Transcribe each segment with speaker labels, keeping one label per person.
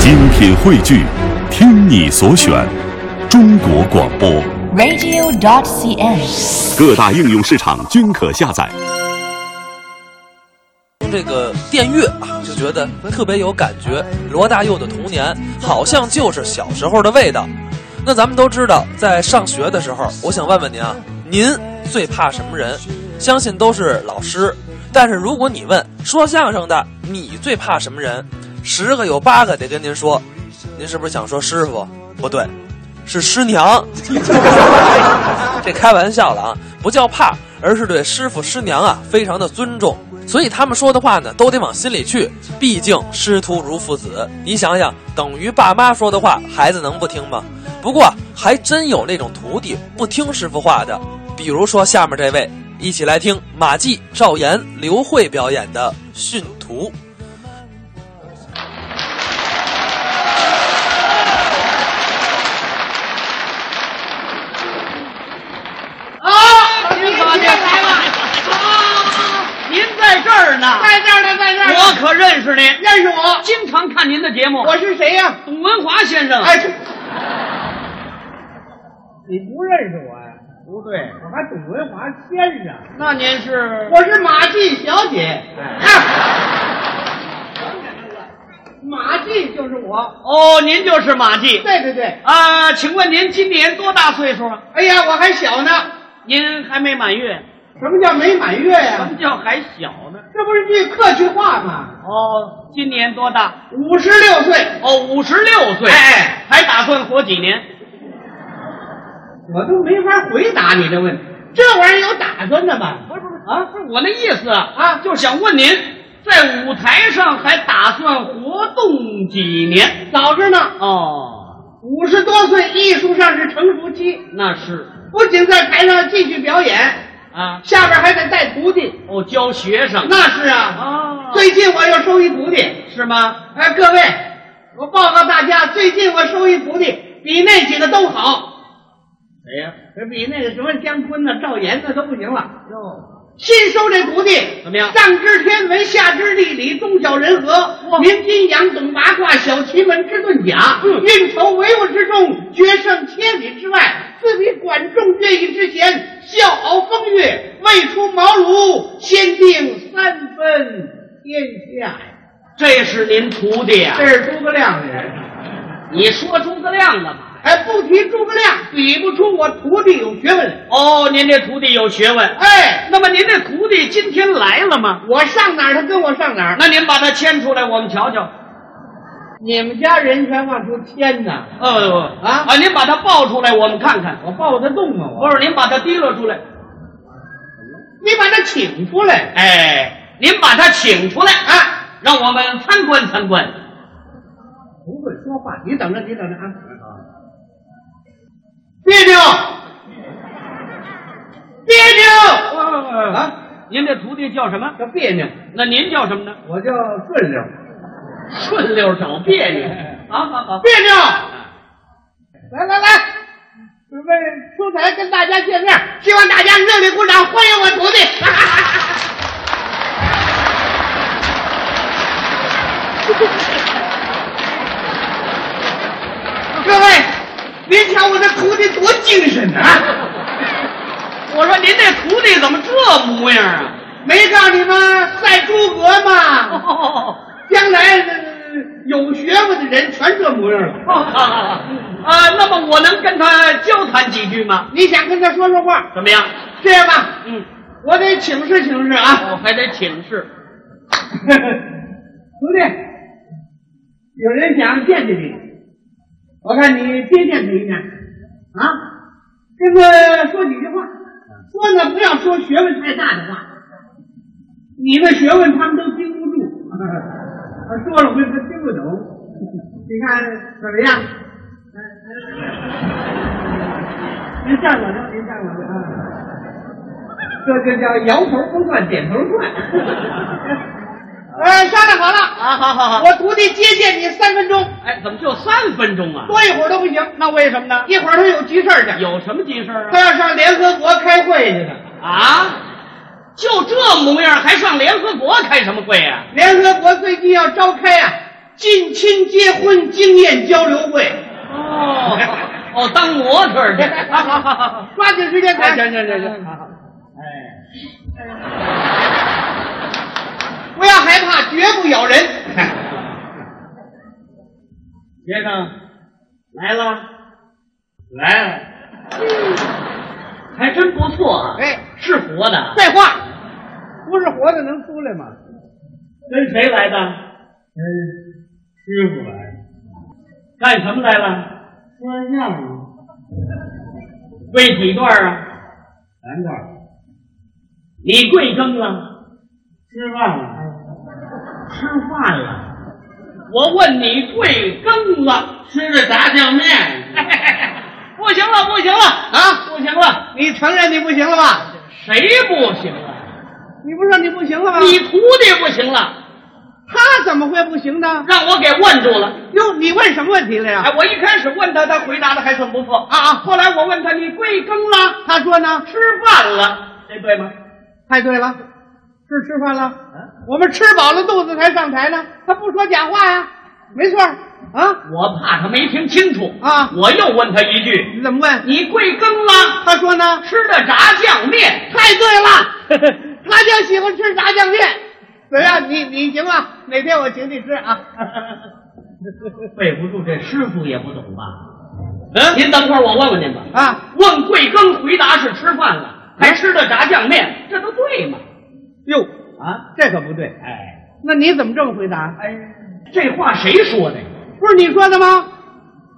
Speaker 1: 精品汇聚，听你所选，中国广播。
Speaker 2: radio.cn。
Speaker 1: 各大应用市场均可下载。
Speaker 3: 听这个电乐啊，就觉得特别有感觉。罗大佑的童年好像就是小时候的味道。那咱们都知道，在上学的时候，我想问问您啊，您最怕什么人？相信都是老师。但是如果你问说相声的，你最怕什么人？十个有八个得跟您说，您是不是想说师傅？不对，是师娘。这开玩笑了啊，不叫怕，而是对师傅师娘啊非常的尊重，所以他们说的话呢都得往心里去，毕竟师徒如父子。你想想，等于爸妈说的话，孩子能不听吗？不过还真有那种徒弟不听师傅话的，比如说下面这位，一起来听马季、赵岩、刘慧表演的《训徒》。
Speaker 4: 啊，您
Speaker 5: 可
Speaker 4: 别
Speaker 5: 这
Speaker 4: 来了！
Speaker 5: 啊
Speaker 4: 您在这儿呢，
Speaker 5: 在这儿呢，在这儿呢。
Speaker 4: 我可认识您，
Speaker 5: 认识我，
Speaker 4: 经常看您的节目。
Speaker 5: 我是谁呀、
Speaker 4: 董文华先生。
Speaker 5: 哎，这你不认识我呀、不对，我还董文华先生，
Speaker 4: 那您是
Speaker 5: 我是马季小姐。哎，马季就是我。
Speaker 4: 哦，您就是马季
Speaker 5: 对对对，
Speaker 4: 啊？请问您今年多大岁数啊？
Speaker 5: 哎呀，我还小呢。
Speaker 4: 您还没满月，
Speaker 5: 什么叫没满月
Speaker 4: 什
Speaker 5: 呀
Speaker 4: 么、叫还小呢？
Speaker 5: 这不是句客气话吗？
Speaker 4: 哦，今年多大？
Speaker 5: 五十六岁，
Speaker 4: 哦，五十六岁。
Speaker 5: 哎，
Speaker 4: 还打算活几年？
Speaker 5: 我都没法回答你这问题。这玩意儿有打算的吧？
Speaker 4: 不是不是啊，不是我那意思啊
Speaker 5: 啊
Speaker 4: 就是想问您，在舞台上还打算活动几年？
Speaker 5: 早着呢。
Speaker 4: 哦，
Speaker 5: 五十多岁，艺术上是成熟期，
Speaker 4: 那是
Speaker 5: 不仅在台上继续表演，
Speaker 4: 啊，
Speaker 5: 下边还得带徒弟。
Speaker 4: 哦，教学生
Speaker 5: 那是啊，
Speaker 4: 啊，
Speaker 5: 最近我又收一徒弟。
Speaker 4: 是吗？
Speaker 5: 哎，各位，我报告大家，最近我收一徒弟，比那几个都好，哎
Speaker 4: 谁呀？
Speaker 5: 比那个什么姜昆呐、赵岩呐都不行了。
Speaker 4: 哟，
Speaker 5: 新收这徒弟
Speaker 4: 怎么样
Speaker 5: 上知天文，下知地理，中晓人和，明阴阳，懂八卦，小奇门，知遁甲，
Speaker 4: 嗯
Speaker 5: 运筹帷幄之中，决胜千里之外，自比管仲、乐毅之贤，笑傲风月，未出茅庐，先定三分天下。
Speaker 4: 这是您徒弟呀、
Speaker 5: 这是诸葛亮的人，
Speaker 4: 你说诸葛亮干嘛呀？
Speaker 5: 哎，不提诸葛亮，比不出我徒弟有学问来。
Speaker 4: 哦，您这徒弟有学问。
Speaker 5: 哎，
Speaker 4: 那么您这徒弟今天来了吗？
Speaker 5: 我上哪儿，他跟我上哪儿。
Speaker 4: 那您把他牵出来，我们瞧瞧。
Speaker 5: 你们家人全往出牵呐，
Speaker 4: 呃
Speaker 5: 啊
Speaker 4: 啊，您把他抱出来，我们看看。
Speaker 5: 我抱得动啊吗？我
Speaker 4: 不是，您把他提溜出来。
Speaker 5: 你把他请出来。
Speaker 4: 哎，您把他请出来
Speaker 5: 啊！
Speaker 4: 让我们参观参观。
Speaker 5: 不会说话，你等着，你等着啊！别扭，别扭
Speaker 4: 啊
Speaker 5: 啊！
Speaker 4: 您这徒弟叫什么？
Speaker 5: 叫别扭，
Speaker 4: 那您叫什么呢？
Speaker 5: 我叫顺溜，
Speaker 4: 顺溜找别 扭。好好好。
Speaker 5: 别扭。来来来，准备出台跟大家见面，希望大家热烈鼓掌，欢迎我徒弟。 各位，您瞧我这徒弟多精神啊！
Speaker 4: 我说您这徒弟怎么这模样啊？
Speaker 5: 没告诉你们赛诸葛 吗？
Speaker 4: 哦，
Speaker 5: 将来呃有学问的人全这模样了。
Speaker 4: 啊，那么我能跟他交谈几句吗？
Speaker 5: 你想跟他说说话？
Speaker 4: 怎么样？
Speaker 5: 这样吧，
Speaker 4: 嗯，
Speaker 5: 我得请示请示啊。
Speaker 4: 我还得请示。
Speaker 5: 徒弟，有人想见见你，我看你接见他一面啊。这个说几句话，
Speaker 4: 嗯
Speaker 5: 说呢不要说学问太大的话，你的学问他们都经不 住，他说了会他听不懂。你看怎 么样？您站我这，您站我这 啊！这就叫摇头不转，点头 转。 呃，商量好了
Speaker 4: 啊，好好
Speaker 5: 我徒弟接见你三分钟，
Speaker 4: 哎，怎么就三分钟啊？
Speaker 5: 多一会儿都不行。
Speaker 4: 那为什么呢？
Speaker 5: 一会儿他有急事儿去，
Speaker 4: 有什么急事儿
Speaker 5: 他要上联合国开会去呢。
Speaker 4: 啊？啊，就这模样还上联合国开什么会呀、
Speaker 5: 联合国最近要召开啊
Speaker 4: 近亲结婚经验交流会。
Speaker 2: 哦哦，当模特儿去。
Speaker 4: 抓紧时间哎
Speaker 2: 哎行
Speaker 4: 赶，
Speaker 2: 行哎行行，好好
Speaker 4: 不要害怕，绝不咬人。
Speaker 2: 先生
Speaker 4: 来了，
Speaker 2: 来了，还真不错啊。
Speaker 4: 哎，
Speaker 2: 是活的啊。
Speaker 4: 废话，
Speaker 5: 不是活的能出来吗？
Speaker 2: 跟谁来的？嗯，师傅来。干什么来了？说相声。跪几段啊？三段。你跪更了？吃饭了。吃饭了。
Speaker 4: 我问你贵庚了？
Speaker 2: 吃的炸酱面。
Speaker 4: 不行了，不行了啊！不行了，
Speaker 5: 你承认你不行了吧？
Speaker 4: 谁不行了？
Speaker 5: 你不说你不行了吗？
Speaker 4: 你徒弟不行了，
Speaker 5: 他怎么会不行呢？
Speaker 4: 让我给问住了。
Speaker 5: 哟，你问什么问题了呀
Speaker 4: 哎，？我一开始问他，他回答的还算不错啊啊。后来我问他，你贵庚了？
Speaker 5: 他说呢，
Speaker 4: 吃饭了，这哎对吗？
Speaker 5: 太对了，是吃饭了。我们吃饱了肚子才上台呢，他不说假话呀，没错儿啊。
Speaker 4: 我怕他没听清楚
Speaker 5: 啊
Speaker 4: 我又问他一句
Speaker 5: 你怎么：“问？
Speaker 4: 你贵庚了？
Speaker 5: 他说 呢，
Speaker 4: 吃的炸酱面。
Speaker 5: 太对了， 他就喜欢吃炸酱面。怎么样？你你行吗？哪天我请你吃啊？
Speaker 2: 背不住，这师傅也不懂吧？”
Speaker 4: 嗯，您等会儿我问问您吧。
Speaker 5: 啊，
Speaker 4: 问贵庚，回答是吃饭了，还吃的炸酱面，这都对吗？
Speaker 5: 哟，
Speaker 2: 啊？
Speaker 5: 这可不对。
Speaker 2: 哎
Speaker 5: 那你怎么这么回答？
Speaker 2: 哎，
Speaker 4: 这话谁说的？
Speaker 5: 不是你说的吗？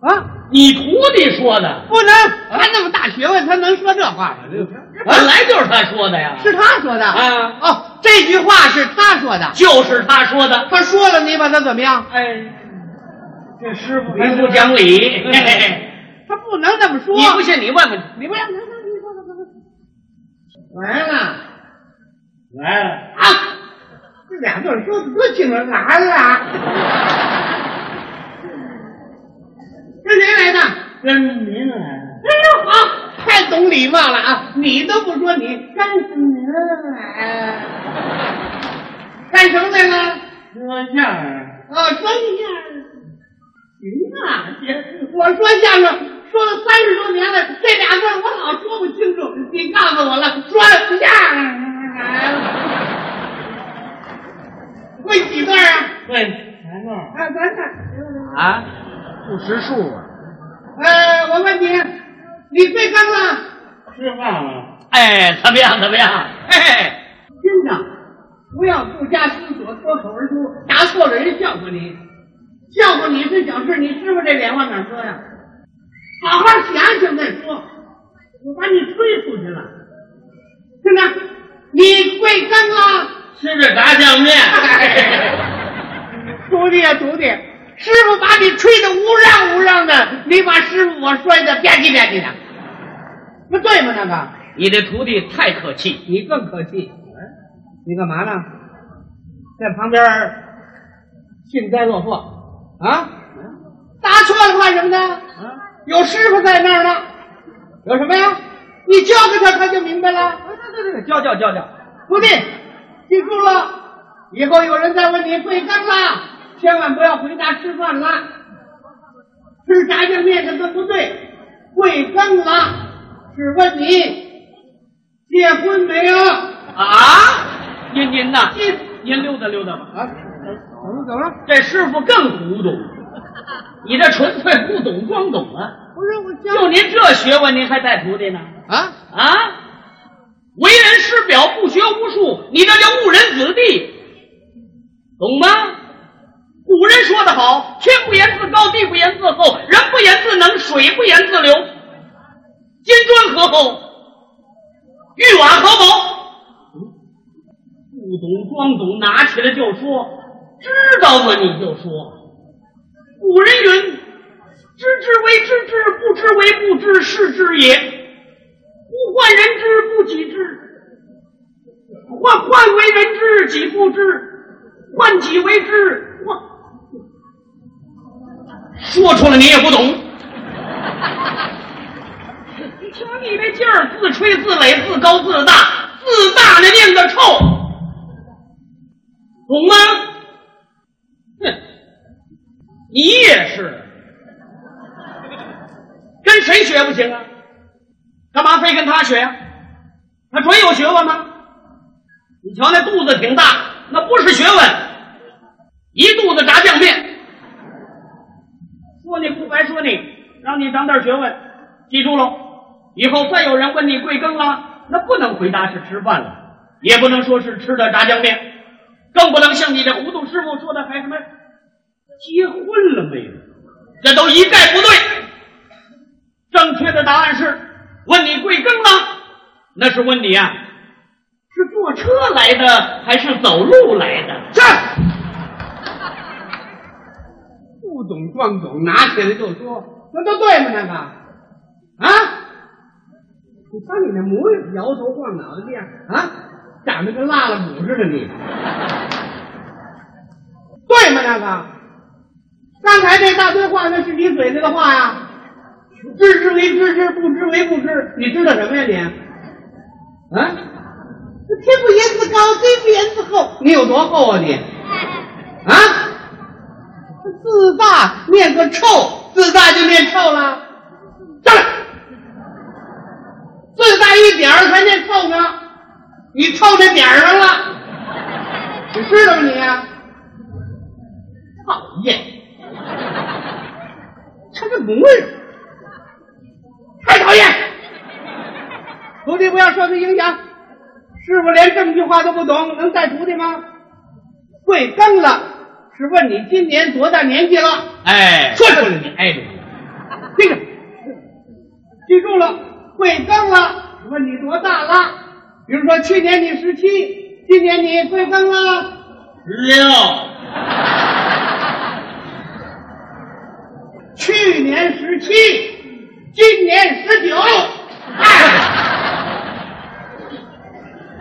Speaker 5: 啊，
Speaker 4: 你徒弟说的，
Speaker 5: 不能，他那么大学问，他能说这话吗？
Speaker 4: 这本来就是他说的呀，
Speaker 5: 是他说的
Speaker 4: 啊
Speaker 5: 哦，这句话是他说的，
Speaker 4: 就是他说的。
Speaker 5: 他说了，你把他怎么样？
Speaker 2: 哎，这师傅
Speaker 4: 您不讲理，
Speaker 2: 哎
Speaker 4: 嘿嘿嘿
Speaker 5: 他不能这么说。
Speaker 4: 你不信你问问。
Speaker 5: 你不要，你说你说你说完了
Speaker 2: 来了，
Speaker 5: 啊！这俩字儿说的多清楚，完了。这谁来的？
Speaker 2: 跟您啊来了，
Speaker 5: 哎呦，好，太懂礼貌了啊！你都不说你，干什么来？啊干什么来了？
Speaker 2: 说相声。
Speaker 5: 啊，说相声。行啊，姐，我说相声说了三十多年了，这俩字儿我老说不清楚，你告诉我了，啊说相声来了。会几段啊？
Speaker 2: 对，来吧。
Speaker 5: 啊，咱俩。
Speaker 2: 啊，不识数啊。
Speaker 5: 呃，我问你，你最啊刚了？
Speaker 2: 吃饭了。
Speaker 4: 哎，怎么样？怎么样？嘿嘿，
Speaker 5: 真的，不要不加思索，脱口而出，答错了人笑话你，笑话你是小事，你师傅这脸往哪说呀？好好想想再说，我把你推出去了。听着，你跪庚了？
Speaker 2: 吃着炸酱面。
Speaker 5: 徒弟呀，徒弟，师傅把你吹得乌嚷乌嚷的，你把师傅我摔得吧唧吧唧的，那对吗？那个，
Speaker 4: 你这徒弟太可气，
Speaker 5: 你更可气。你干嘛呢？在旁边儿幸灾乐祸啊？答错了干什么呢？有师傅在那儿呢，有什么呀？你教给他，他就明白了。对对对，
Speaker 4: 教教教教。
Speaker 5: 徒弟，记住了，以后有人再问你贵庚啦，千万不要回答吃饭啦，吃炸酱面的都不对，贵庚啦，只问你结婚没有啊？
Speaker 4: 啊，您您呐
Speaker 5: 你，
Speaker 4: 您溜达溜达
Speaker 5: 啊
Speaker 4: 吧。
Speaker 5: 怎么怎么了？
Speaker 4: 这师傅更古 董，你这纯粹不懂装懂啊！
Speaker 5: 不是我教
Speaker 4: 就您这学问，您还带徒弟呢？
Speaker 5: 啊？
Speaker 4: 啊，为人师表，不学无术，你这叫误人子弟，懂吗？古人说得好：“天不言自高，地不言自厚，人不言自能，水不言自流。金砖何厚，玉瓦何薄？不懂装懂，拿起来就说，知道吗？你就说。古人云：‘知之为知之，不知为不知，是知也。’不患人之不己知，患患为人知己不知，患己为知患。说出来你也不懂。你瞧你这劲儿，自吹自擂，自高自大，自大那念个臭，懂吗？哼，你也是，跟谁学不行啊？干嘛非跟他学呀、他准有学问吗？你瞧那肚子挺大，那不是学问，一肚子炸酱面。说你不白说你，让你长点学问，记住喽。以后再有人问你贵庚了，那不能回答是吃饭了，也不能说是吃的炸酱面，更不能像你这糊涂师傅说的还什么结婚了没有，这都一概不对。正确的答案是问你贵庚了，那是问你啊，是坐车来的还是走路来的？这
Speaker 5: 不懂装懂，拿起来就说，那都对吗？那个啊，你瞧你那模样，摇头晃脑的这样啊，长得跟拉了鼓似的你，对吗？那个，刚才这大堆话，那是你嘴里的话呀、知之为知之，不知为不知，你知道什么呀你？啊，这天不言自高，地不言自厚，你有多厚啊你？啊，自大念个臭，自大就念臭了，站来，自大一点儿才念臭呢，你臭这点儿上了，你知道吗你、啊？
Speaker 4: 讨厌，
Speaker 5: 他这模样。
Speaker 4: 太讨厌！
Speaker 5: 徒弟不要受他影响。师傅连这么句话都不懂，能带徒弟吗？贵庚了，是问你今年多大年纪了？
Speaker 4: 哎
Speaker 5: 说
Speaker 4: 说
Speaker 5: 出
Speaker 4: 出
Speaker 5: 来
Speaker 4: 来
Speaker 5: 你
Speaker 4: 你，哎，
Speaker 5: 这个记住了，贵庚了，是问你多大了？比如说去年你十七，今年你贵庚了？
Speaker 4: 十六，
Speaker 5: 去年十七，今年十九。
Speaker 4: 哎，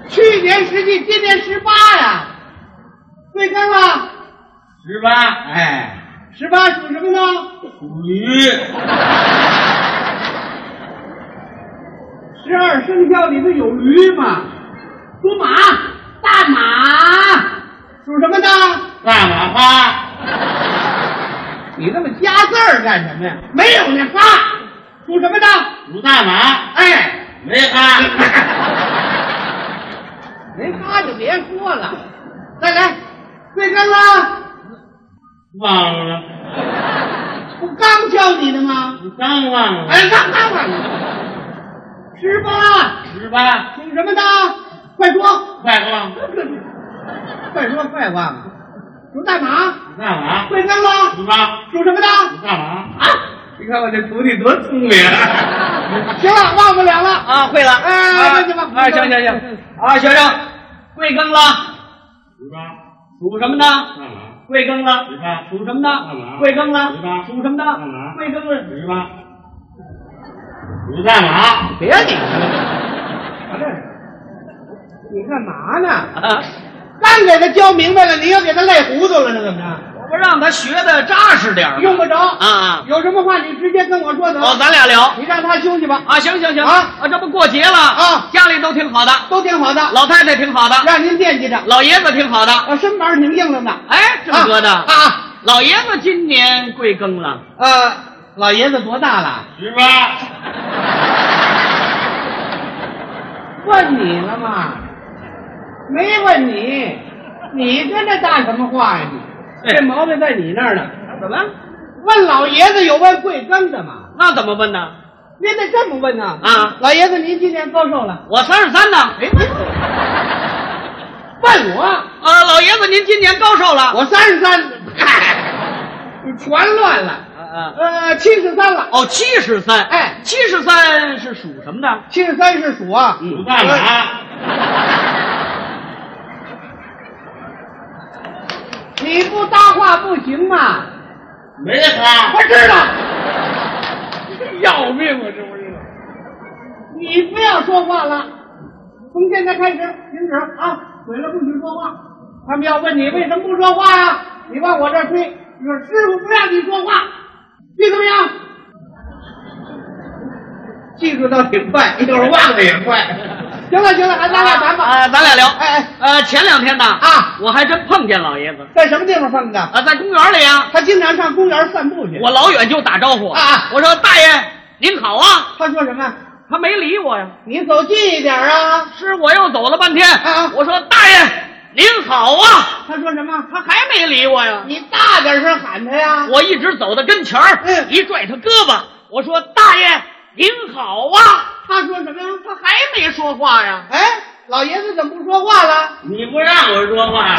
Speaker 5: 去年十七，今年十八呀，贵庚了？
Speaker 4: 十八，哎，
Speaker 5: 十八属什么呢？
Speaker 4: 属于
Speaker 5: 十二生肖里头有驴吗？属马，大马属什么的？
Speaker 4: 大马趴，
Speaker 5: 你那么加字儿干什么呀？没有那哈，属什么的？
Speaker 4: 属大马，
Speaker 5: 哎，
Speaker 4: 没哈，
Speaker 5: 没哈就别说了。再来，贵庚了？
Speaker 4: 忘了，
Speaker 5: 不刚教你的吗？
Speaker 4: 你刚忘了，
Speaker 5: 哎，刚刚忘了。十八
Speaker 4: 十八，
Speaker 5: 属什么的？快说，
Speaker 4: 快忘了，
Speaker 5: 快说，快忘了。属大马，
Speaker 4: 大马，
Speaker 5: 贵庚了？
Speaker 4: 十八，
Speaker 5: 属什么的？
Speaker 4: 大马，
Speaker 5: 啊，
Speaker 4: 你看我这徒弟多聪明啊！
Speaker 5: 行了，忘不了了。
Speaker 4: 啊，会了，
Speaker 5: 哎
Speaker 4: 啊
Speaker 5: 那就嗯忘不了
Speaker 4: 啊，行行行，啊，学生，贵庚了？
Speaker 2: 十八，
Speaker 4: 属什么呢？
Speaker 2: 干嘛？
Speaker 4: 贵庚了？
Speaker 2: 十八，
Speaker 4: 属什么的？贵庚了？属什么的？贵庚了？
Speaker 2: 十八，你干嘛？
Speaker 5: 别理他了。你干嘛呢？
Speaker 4: 啊，
Speaker 5: 刚给他教明白了，你又给他累糊涂了，这怎么着？
Speaker 4: 我不让他学的扎实点儿吗
Speaker 5: 用不着
Speaker 4: 啊。
Speaker 5: 有什么话你直接跟我说得
Speaker 4: 哦，
Speaker 5: 了。
Speaker 4: 咱俩聊
Speaker 5: 你让他休息吧，
Speaker 4: 啊，行行行
Speaker 5: 啊
Speaker 4: 这不过节了
Speaker 5: 啊
Speaker 4: 家里都挺好的，
Speaker 5: 都挺好的，
Speaker 4: 老太太挺好的，
Speaker 5: 让您惦记着。
Speaker 4: 老爷子挺好的，
Speaker 5: 我身板挺硬朗的，
Speaker 4: 哎，正哥的
Speaker 5: 嗯啊啊，
Speaker 4: 老爷子今年贵庚了？
Speaker 5: 呃，老爷子多大了？
Speaker 2: 十八，
Speaker 5: 问你了吗？没问你，你跟他搭什么话呀？你这毛病在你那儿呢。
Speaker 4: 哎啊怎么？
Speaker 5: 问老爷子有问贵庚的吗？
Speaker 4: 那怎么问呢？
Speaker 5: 您得这么问呐
Speaker 4: 啊
Speaker 5: 老爷子，您今年高寿了？
Speaker 4: 我三十三呢。哎，
Speaker 5: 问我，
Speaker 4: 呃，老爷子您今年高寿了？
Speaker 5: 我三十三，嗨，全乱了。
Speaker 4: 啊啊
Speaker 5: 呃，七十三了。
Speaker 4: 哦，七十三。
Speaker 5: 哎
Speaker 4: 七十三是属什么的？
Speaker 5: 七十三是鼠
Speaker 4: 嗯
Speaker 5: 啊，
Speaker 2: 你干嘛？
Speaker 5: 你不搭话不行嘛。
Speaker 2: 没哈，
Speaker 5: 我知道，要命啊，这不是？你不要说话了，从现在开始停止啊！毁了不许说话。他们要问你为什么不说话呀、你往我这儿推，你说师傅不让你说话，记住没有？记住倒挺快，一会儿忘的也快。行了行了，咱咱俩咱吧，
Speaker 4: 啊，咱俩聊。
Speaker 5: 哎哎，
Speaker 4: 呃，前两天呢，
Speaker 5: 啊，
Speaker 4: 我还真碰见老爷子
Speaker 5: 在什么地方碰的？
Speaker 4: 啊，在公园里啊，
Speaker 5: 他经常上公园散步去。
Speaker 4: 我老远就打招呼
Speaker 5: 哎啊
Speaker 4: 我说大爷您好啊，
Speaker 5: 他说什么？
Speaker 4: 他没理我呀。
Speaker 5: 你走近一点啊！
Speaker 4: 是我又走了半天，
Speaker 5: 啊
Speaker 4: 我说大爷您好啊，
Speaker 5: 他说什么？
Speaker 4: 他还没理我呀。
Speaker 5: 你大点声喊他呀！
Speaker 4: 我一直走到跟前儿，
Speaker 5: 嗯
Speaker 4: 一拽他胳膊，我说大爷您好啊，
Speaker 5: 他说什么呀？
Speaker 4: 他还没说话呀。
Speaker 5: 哎，老爷子怎么不说话了？
Speaker 2: 你不让我说话，